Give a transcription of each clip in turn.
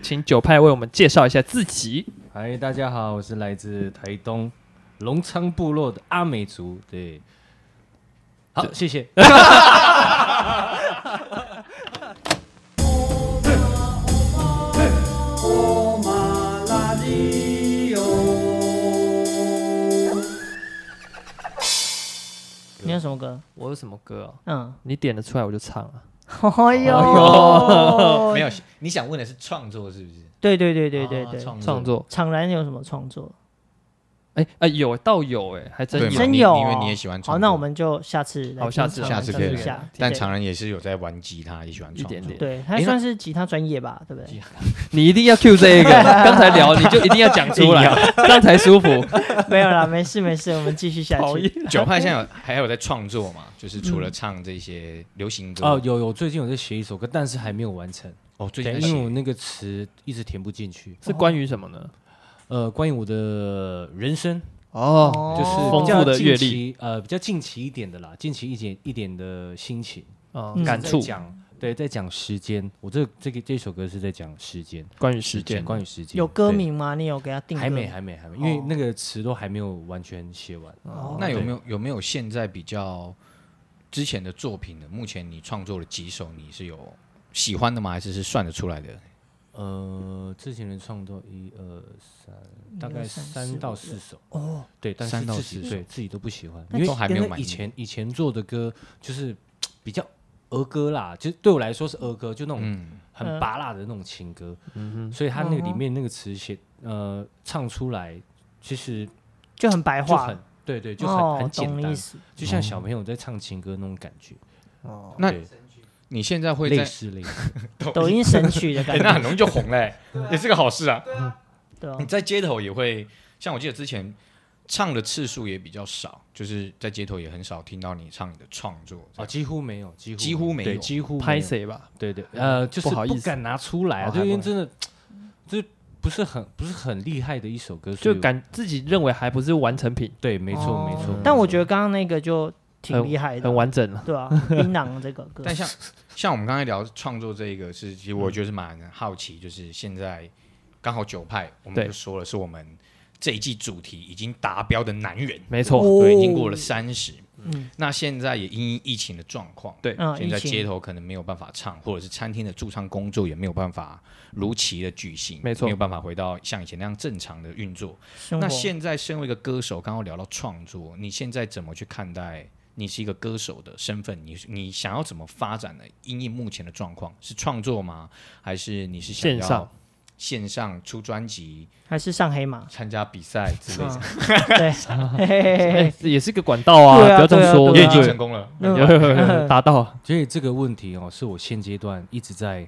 请九派为我们介绍一下自己。嗨，大家好，我是来自台东龙昌部落的阿美族。对，好，谢谢。你有什么歌？我有什么歌哦？嗯，你点得出来我就唱啊。哎呦，没有，你想问的是创作是不是？ 对对对对对啊对，创创作，常然有什么创作？哎啊有倒有哎，还真对有嘛。真你有哦，因为你也喜欢创好，那作我们就下次来好听下次常下然次的可以一聊下但对常人也是有在玩吉他，也喜欢创作一点点对他诶那算是吉他专业吧，对不对？你一定要 Q 这一个，刚才聊你就一定要讲出来，这样才舒服。 没有啦，没事没事，我们继续下讨厌去。九派现在有还有在创作嘛？就是除了唱这些流行歌哦，有有，最近我在写一首歌，但是还没有完成。哦，最近对，在因为我写那个词一直填不进去。是关于什么呢？呃，关于我的人生，哦，就是丰比富较的近阅历期，呃，比较近期一点的啦，近期一点一点的心情哦嗯感在触讲对，在讲时间。我这这个这首歌是在讲时间，关于时间。关于时间。有歌对名吗？你有给他定？还没，。还没，还没，因为哦那个词都还没有完全写完。哦那有没有？有有没有现在比较之前的作品呢？目前你创作了几首，你是有喜欢的吗？还是是算得出来的？呃，之前的创作一二三，大概三到四首。哦，对，但三是到自四己首对自己都不喜欢，那因为都还没有跟满以意前以前做的歌就是比较儿歌啦，就对我来说是儿歌，就那种嗯，很嗯拔辣的那种情歌。嗯所以他那个里嗯哼面那个词写呃唱出来，其实就很白就话，很对对，就哦很很懂简意单，思。就像小朋友在唱情歌那种感觉。哦，那对你现在会类在似类似。抖音神曲 的哎感，那觉，很容易就红嘞，也是个好事啊。对啊你在街头也会，像我记得之前唱的次数也比较少，就是在街头也很少听到你唱你的创作。哦，几乎没有，几乎几乎没有对几乎拍谁？谁吧？对对，嗯呃，就是不好意思敢拿出来哦啊，就因还为不真的，这不是很不是很厉害的一首歌，所以就感自己认为还不是完成品，对，没错哦没错。但我觉得刚刚那个就挺厉害的，很完整了。 对啊，槟榔这个哦歌，但像像我们刚才聊创作这一个是，其实嗯我就是蛮好奇，就是现在刚好九派我们对就说了，是我们这一季主题已经达标的男人，没错，哦对，已经过了三十。嗯那现在也因疫情的状况，对嗯现在疫情街头可能没有办法唱，或者是餐厅的驻唱工作也没有办法如期的举行，没错没有办法回到像以前那样正常的运作。生活那现在身为一个歌手，刚刚聊到创作，你现在怎么去看待你是一个歌手的身份？你你想要怎么发展呢？因应目前的状况，是创作吗？还是你是想线上要线上出专辑、还是上黑马，参加比赛 之类嗯的？对，嘿嘿嘿哎嘿，这也是个管道啊，啊对啊不要这么说。对也啊已经对成功 了。嗯有有有 有达到，所以这个问题哦，是我现阶段一直在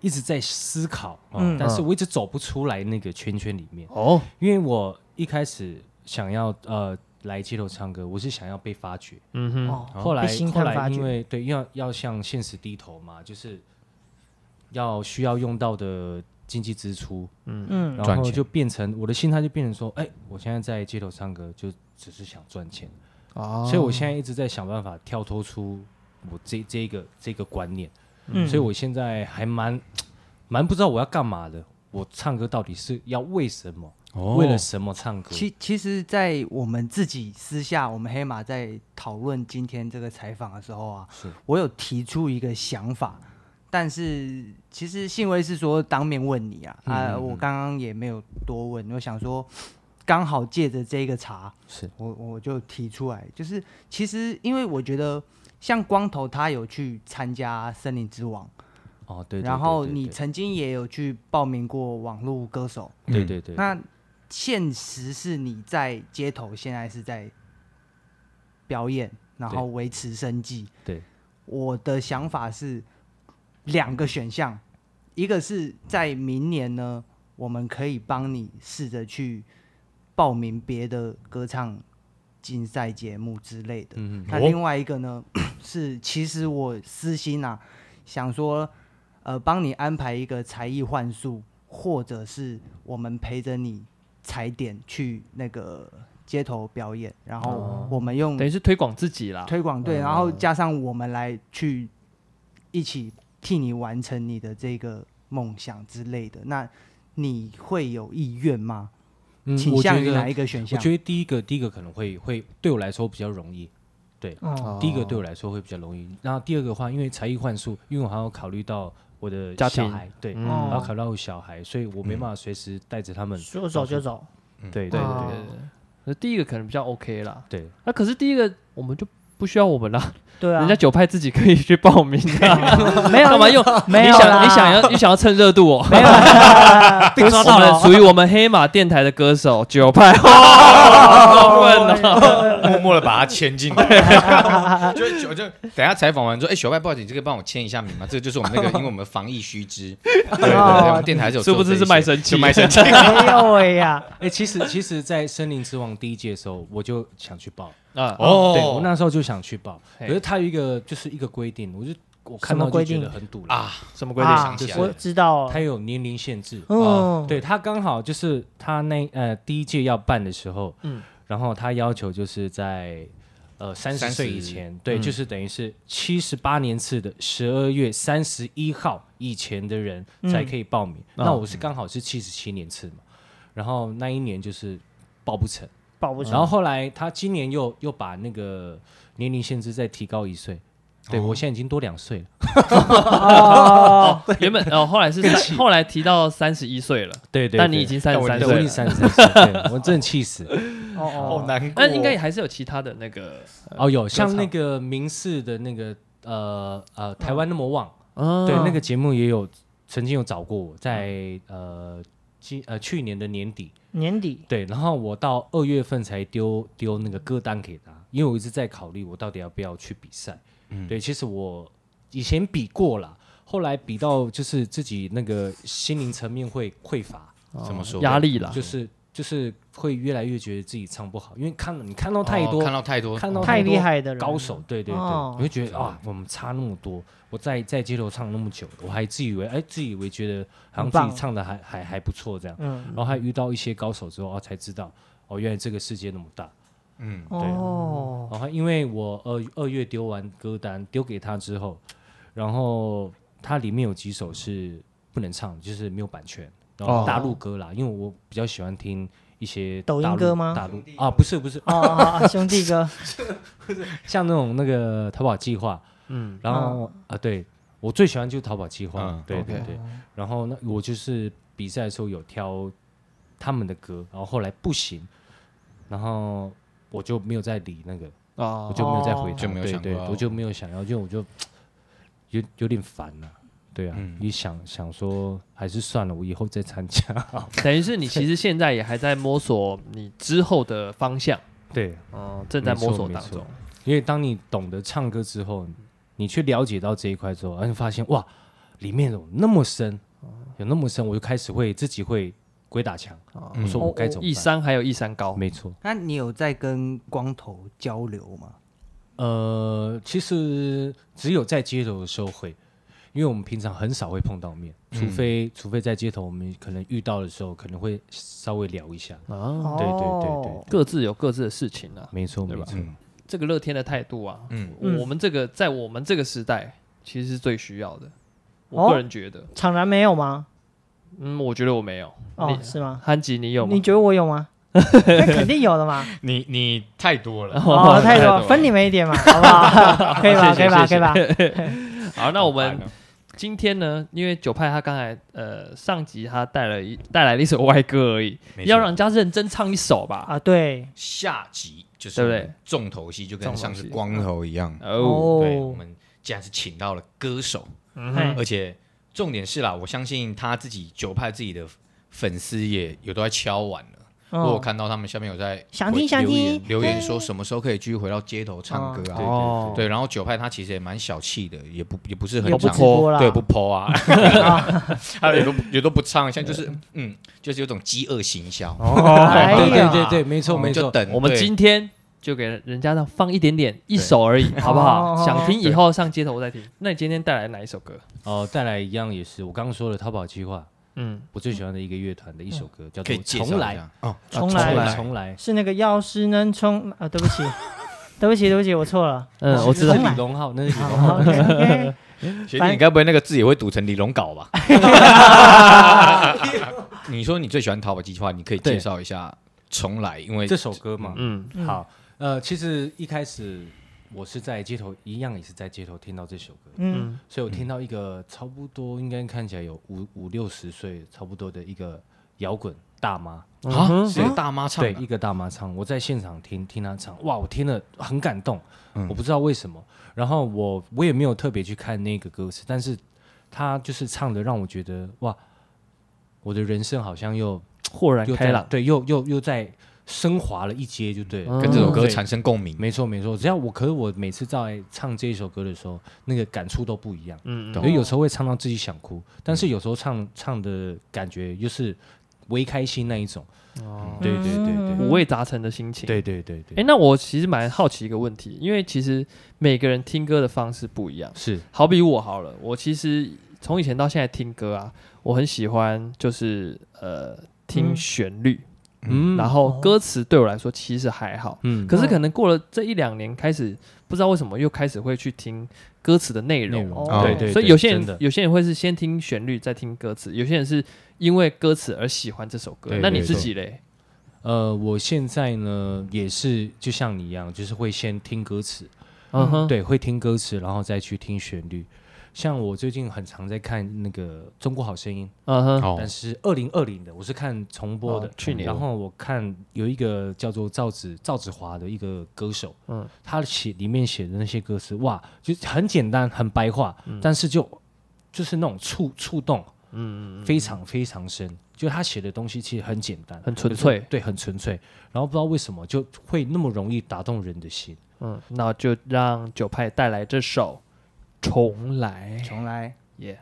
一直在思考，哦嗯但是我一直走不出来那个圈圈里面，哦，因为我一开始想要呃来街头唱歌，我是想要被发掘，嗯哼，哦，后来被星后探来发因掘，为对要要向现实低头嘛，就是要需要用到的经济支出，嗯，然赚后钱就变成我的心态就变成说，哎，我现在在街头唱歌，就只是想赚钱，哦所以我现在一直在想办法跳脱出我这这一个这个观念，嗯所以我现在还蛮蛮不知道我要干嘛的，我唱歌到底是要为什么，哦为了什么唱歌？其其实，在我们自己私下，我们黑马在讨论今天这个采访的时候啊是，我有提出一个想法，但是其实信威是说当面问你啊，嗯啊、我刚刚也没有多问，我想说刚好借着这个茶，是我我就提出来，就是其实因为我觉得像光头他有去参加森林之王，哦对，对然对后对你对曾经也有去报名过网络歌手，对对对，那现实是你在街头，现在是在表演，然后维持生计。对，我的想法是两个选项，一个是在明年呢，我们可以帮你试着去报名别的歌唱竞赛节目之类的。嗯那另外一个呢， 是其实我私心啊，想说，呃，帮你安排一个才艺幻术，或者是我们陪着你踩点去那个街头表演，然哦后我们用等于是推广自己啦。嗯推广嗯队，然后加上我们来去一起替你完成你的这个梦想之类的，那你会有意愿吗？嗯倾我向觉于得哪一个选我项？觉得第一个，第一个可能会会对我来说比较容易，对，哦，第一个对我来说会比较容易。那第二个的话，因为才艺幻术，因为我还要考虑到我的家小庭孩，对，嗯还要考哦，虑到我小孩，所以我没办法随时带着他们。说走就走，对对对哦对对对，那第一个可能比较 OK 啦。对，那可是第一个我们就不需要我们啦，对啊人家，九派自己可以去报名啊，没有干嘛用？没有你啦想你想要你想要蹭热度哦。没有啊啦，被抓到了，属于我们黑马电台的歌手九派，哦好过分哦！默默的把他牵进来， 就就就等下采访完之后，哎，小外不好意思，你这个帮我签一下名嘛，这个就是我们那个，因为我们防疫须 知，对对对，我们电台是 有殊做不这一知些，是卖身契，就卖身契， 没有喂 呀，哎，其实其实，在森林之王第一届的时候，我就想去报，啊！哦对我那时候就想去报，嘿可是他有一个就是一个规定，我就我什看么到就规觉得定很堵了，啊，什么规定？啊想起来，了我知道他哦，有年龄限制，嗯，对他刚好就是他那呃第一届要办的时候，嗯嗯，然后他要求就是在呃三十30岁以前，对，嗯就是等于是七十八年次的十二月三十一号以前的人才可以报名。嗯那我是刚好是七十七年次嘛，然后那一年就是报不成，报不成然后后来他今年又又把那个年龄限制再提高一岁。对，我现在已经多两岁了。哦， 原本哦，后来是三后来提到三十一岁了，对对但你已经三但十我三对岁我已经了。三十三岁了，对我真的气死。哦哦，难那应该也还是有其他的那个哦，有像场那个民视的那个呃呃台湾那么旺，哦对那个节目也有曾经有找过我，在呃今呃去年的年底，年底对，然后我到二月份才丢丢那个歌单给他，因为我一直在考虑我到底要不要去比赛，对，其实我以前比过啦，后来比到就是自己那个心灵层面会匮乏，怎么说哦压力啦就？是就是会越来越觉得自己唱不好，因为看了你看到太哦多看到太多，看到太多厉害的人高手，对对对，哦我就觉得啊，我们差那么多，我在在街头唱那么久，我还自以为哎，自以为觉得好像很棒自己唱的还还还不错这样，嗯，然后还遇到一些高手之后啊，才知道哦，原来这个世界那么大。嗯，哦，然后因为我二二月丢完歌单丢给他之后，然后它里面有几首是不能唱，就是没有版权，然后哦大陆歌啦，因为我比较喜欢听一些抖音大陆歌吗大陆啊，不是不是，哦哦， 哦兄弟哥，像那种那个淘宝计划，嗯，然后啊，对我最喜欢就是淘宝计划嗯，对对 OK 对。然后那我就是比赛的时候有挑他们的歌，然后后来不行，然后我就没有再理那个，哦我就没有再回哦他，就没有对想对，过我就没有想要，就我就有有点烦了。对啊，嗯你想想说还是算了，我以后再参加。 等于是你其实现在也还在摸索你之后的方向，对，哦，正在摸索当中。因为当你懂得唱歌之后，你去了解到这一块之后，啊然后你发现哇，里面有那么深，有那么深，我就开始会自己会鬼打墙，嗯我说我该嗯怎哦么一办？山还有一山高，没错，那你有在跟光头交流吗？呃，其实只有在街头的时候会，因为我们平常很少会碰到面，除非、除非在街头我们可能遇到的时候，可能会稍微聊一下。啊，哦对对对对，各自有各自的事情啊。没错对没吧错，嗯这个乐天的态度啊，嗯，嗯我们这个在我们这个时代其实是最需要的。哦我个人觉得，厂然没有吗？嗯，我觉得我没有。哦，你是吗？憨吉，你有吗你？觉得我有吗？那肯定有的嘛，你你太多了，哦，太多了，分你们一点嘛， 好不好？可以吧？谢可谢以吧？谢可以谢吧？好，那我们好烦哦今天呢，因为九派他刚才呃上集他带了一带来了一首歪歌而已，没错要让人家认真唱一首吧。啊，对，下集就是对不对我们重头戏，就跟重头戏上次光头一样。哦，对，嗯我们既然是请到了歌手，嘿而且重点是啦，我相信他自己九派自己的粉丝也有都在敲碗了。我有哦，看到他们下面有在想听回想留言听留言说什么时候可以继续回到街头唱歌啊？哦对，然后九派他其实也蛮小气的，也不也不是很又不常直播啦对，不剖 啊， 他也都不也都不唱，像就是嗯，就是有种饥饿行销，哎对对呀，对对，没错我们哦没就错。等我们对今天就给人家让放一点点，一首而已，好不 哦好哦？哦想听以后上街头再听。那你今天带来哪一首歌？哦，带来一样也是我刚刚说的淘宝计划，嗯，我最喜欢的一个乐团的一首歌叫可做以《介绍重一来下哦，重重来来重来是那个要是能重啊，对不起，对不起，对不起，我错了。呃嗯，我知道那是李荣浩，那是李荣好浩。 ，OK，OK 学弟，反你该不会那个字也会读成李龙稿吧？ 你说你最喜欢《逃跑计划》，你可以介对绍一下《重来》，因为这首歌嘛，嗯嗯好，呃，其实一开始我是在街头，一样也是在街头听到这首歌，嗯嗯所以我听到一个差不多应该看起来有五五六十岁差不多的一个摇滚大妈，啊啊，是大妈嗯唱对，的一，个大妈唱，我在现场听听她唱，哇，我听了很感动，我不知道为什么。然后我我也没有特别去看那个歌词，但是她就是唱的让我觉得哇，我的人生好像又豁然又开在朗，对，又又又在升华了一阶，就对了，嗯跟这首歌对产生共鸣。没错没错，只要我，可是我每次在唱这一首歌的时候，那个感触都不一样。嗯因为有时候会唱到自己想哭，但是有时候唱唱的感觉又是微开心那一种。哦，对对对对五味杂陈的心情。对对对哎，对，那我其实蛮好奇一个问题，因为其实每个人听歌的方式不一样。是好比我好了，我其实从以前到现在听歌啊，我很喜欢就是呃听嗯旋律，嗯然后歌词对我来说其实还好。嗯可是可能过了这一两年，开始不知道为什么又开始会去听歌词的内容，容哦对对对，所以有些真人的有些人会是先听旋律再听歌词，有些人是因为歌词而喜欢这首歌。对那你对自对己嘞？呃，我现在呢也是就像你一样，就是会先听歌词，嗯哼，对，会听歌词，然后再去听旋律。像我最近很常在看那个《中国好声音》，嗯哼，哦但，是二零二零的，我是看重播的哦，去年然后我看有一个叫做赵子赵子华的一个歌手，嗯嗯，他写里面写的那些歌词，哇，就是很简单，很白话，嗯但是就就是那种触触动，嗯非常非常深。就他写的东西其实很简单，很纯可是粹对，很纯粹。然后不知道为什么就会那么容易打动人的心。嗯，那就让九派带来这首《重来》重来，耶。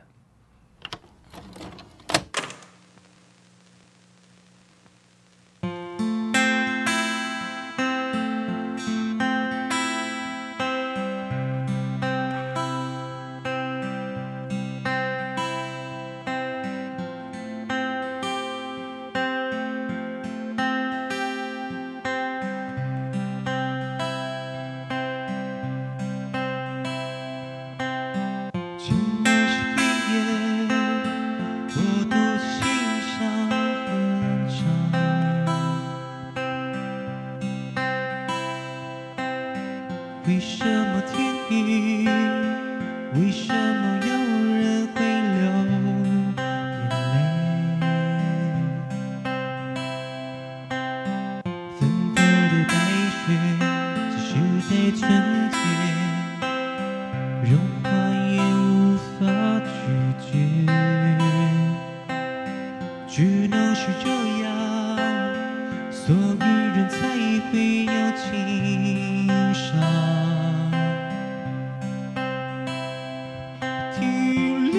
今年是毕业，我独自欣赏很长。为什么天意？为什么有人会流眼泪？纷飞的白雪，只是在纯洁。融化也无法拒绝，只能是这样，所以人才会有情伤。停留，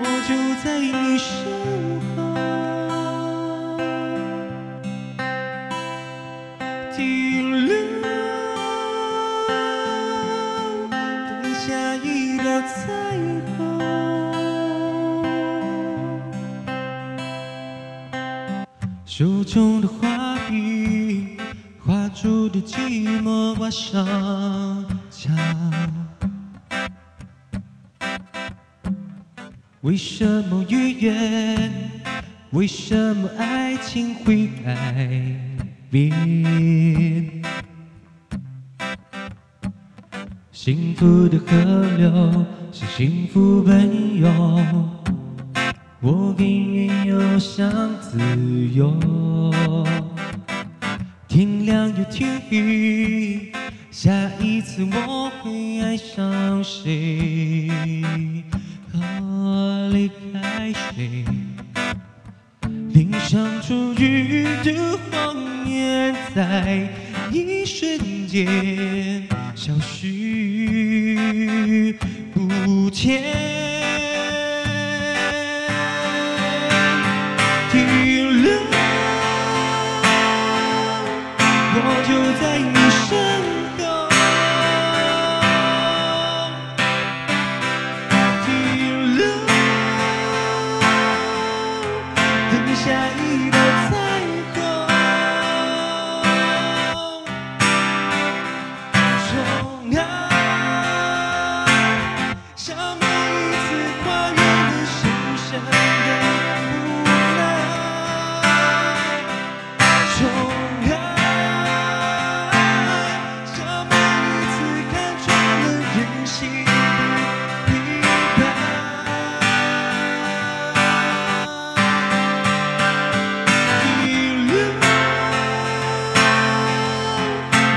我就在你身旁。停留，等下一道彩虹。手中的画笔，画出的寂寞挂上墙。为什么语言？为什么爱情会改变？幸福的河流是幸福奔涌，我宁愿游向自由。天亮又天黑，下一次我会爱上谁和离开谁？淋上初遇的谎言，在一瞬间消失不见。停留，我就在你身后。停留。等下一道彩虹。真的不难。重看，这每一次看穿了人心的批判，一路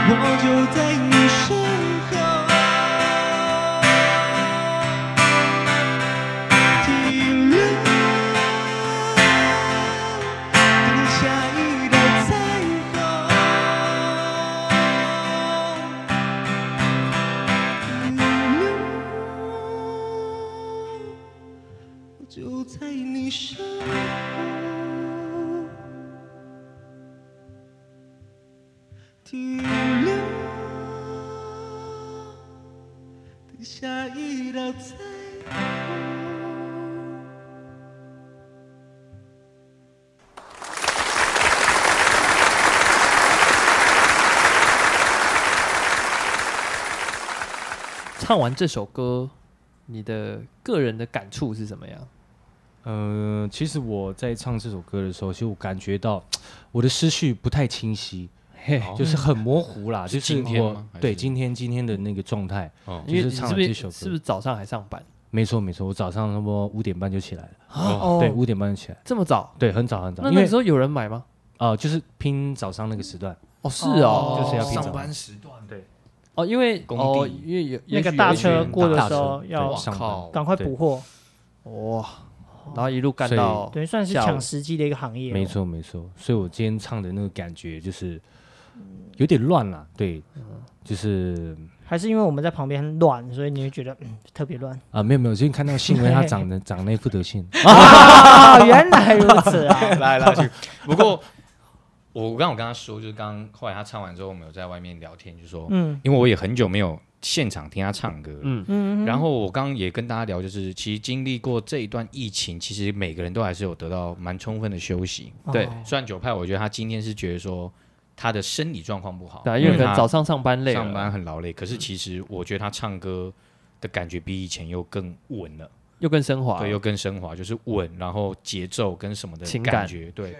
我就在你身后。体谅，等下一道彩虹。体谅，就在你身后。体谅，等下一道彩虹。唱完这首歌，你的个人的感触是怎么样？哦呃，其实我在唱这首歌的时候，其实我感觉到我的思绪不太清晰，嘿，就是很模糊 啦。就是今天我吗还对是今天今天的那个状态，哦因为就你是是唱不了是这首歌是不是早上还上班？没错没错，我早上差不多五点半就起来了，哦对，，五点半就起来，这么早？对，很早很早，那因那为个时候有人买吗？呃，就是拼早上那个时段，哦，是哦，就是要拼上早班时段的，哦，因为工地哦，因为有那个大车过的时大候车要对上班靠，赶快补货，哇，然后一路干所以到等于算是下午抢时机的一个嗯行业。没，错没错，所以我今天唱的那个感觉就是有点乱啦，对，嗯就是还是因为我们在旁边乱，所以你会觉得嗯特别乱。 啊、没有没有，最近看到新闻，他长 得长那副德行，啊，原来如此啊！来来去。 不过我刚刚我跟他说，就是刚刚后来他唱完之后，我们有在外面聊天，就说，嗯因为我也很久没有现场听他唱歌，嗯嗯，然后我刚刚也跟大家聊，就是其实经历过这一段疫情，其实每个人都还是有得到蛮充分的休息。对哦虽然九派，我觉得他今天是觉得说他的生理状况不好，对啊，因为可能他早上上班累了上班很劳累，可是其实我觉得他唱歌的感觉比以前又更稳了，又更升华，对，又更升华，就是稳，然后节奏跟什么的情感感觉，对。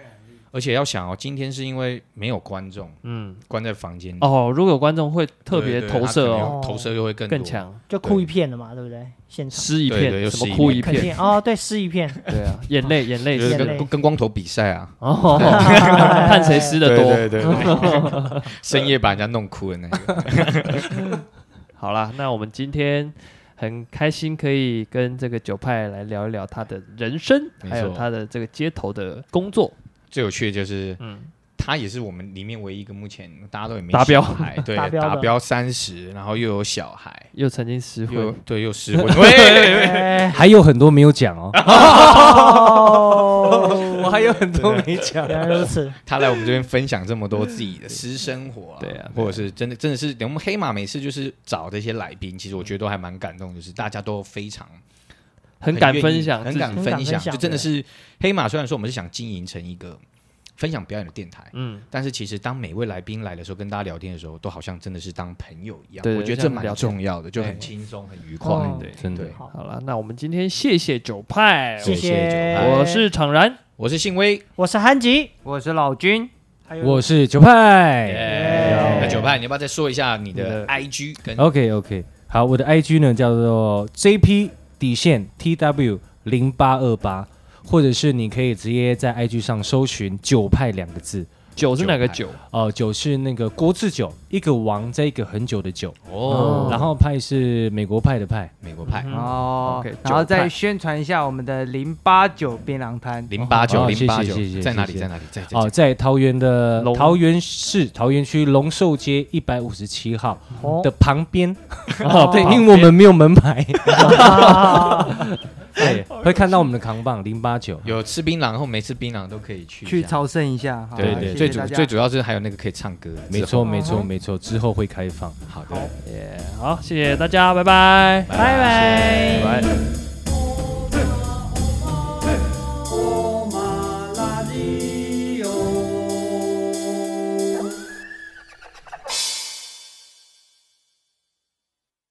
而且要想哦，今天是因为没有观众，嗯，关在房间，哦，如果有观众会特对别对投他射可能哦，又投射又会更更多。强，就哭一片了嘛，对不对？现场湿一对对片，又什湿么一哭一肯片，定哦，对，湿一片， 对啊，眼泪眼泪就是眼泪跟跟光头比赛啊，哦，看谁湿的多。对对对 深夜把人家弄哭的那个。好啦，那我们今天很开心可以跟这个九派来聊一聊他的人生，没错还有他的这个街头的工作。最有趣的就是，嗯，他也是我们里面唯一一个目前大家都也没达标小孩，对，达标的达标三十，然后又有小孩，又曾经失又婚，对 又失婚，喂，哎还有很多没有讲哦，哦，我还有很多没讲，原来如此，他来我们这边分享这么多自己的私生活啊，对啊对啊或者是真的真的是我们黑马每次就是找这些来宾，其实我觉得都还蛮感动，就是大家都非常很敢愿意分享自很己，敢很敢分分享，享就真的是黑马。虽然说我们是想经营成一个分享表演的电台，嗯，但是其实当每位来宾来的时候，跟大家聊天的时候，都好像真的是当朋友一样。对我觉得这蛮重要的，就像聊天很轻松、很愉快。哦对真的对。好，好了，那我们今天谢谢九派，谢谢谢九谢，我是常然，我是信威，我是韩吉，我是老君，还有我是九派。哦哎那九派，你要不要再说一下你你的的 IG 跟 OK OK，好，我的 IG 呢叫做 JP 底线 TW 零八二八，或者是你可以直接在 IG 上搜寻“九派”两个字。九是哪个九九？哦，九是那个国字九，一个王再一个很久的久，哦然后派是美国派的派。美国派嗯哦 OK，，然后韭菜再宣传一下我们的零八九槟榔摊，零八九哦零八谢九谢谢谢在哪里？谢谢在哪里？在在哦，在桃园的龙桃园市桃园区龙寿街一百五十七号哦的旁边。哦对，因为我们没有门牌，对，会看到我们的扛棒零八九。有吃槟榔或没吃槟榔都可以去去一下。朝圣一下。好对谢对，谢最主大家最主要是还有那个可以唱歌。没错，没哦错，没错，之后会开放。好的。耶好，谢谢大家，拜拜，拜拜拜拜。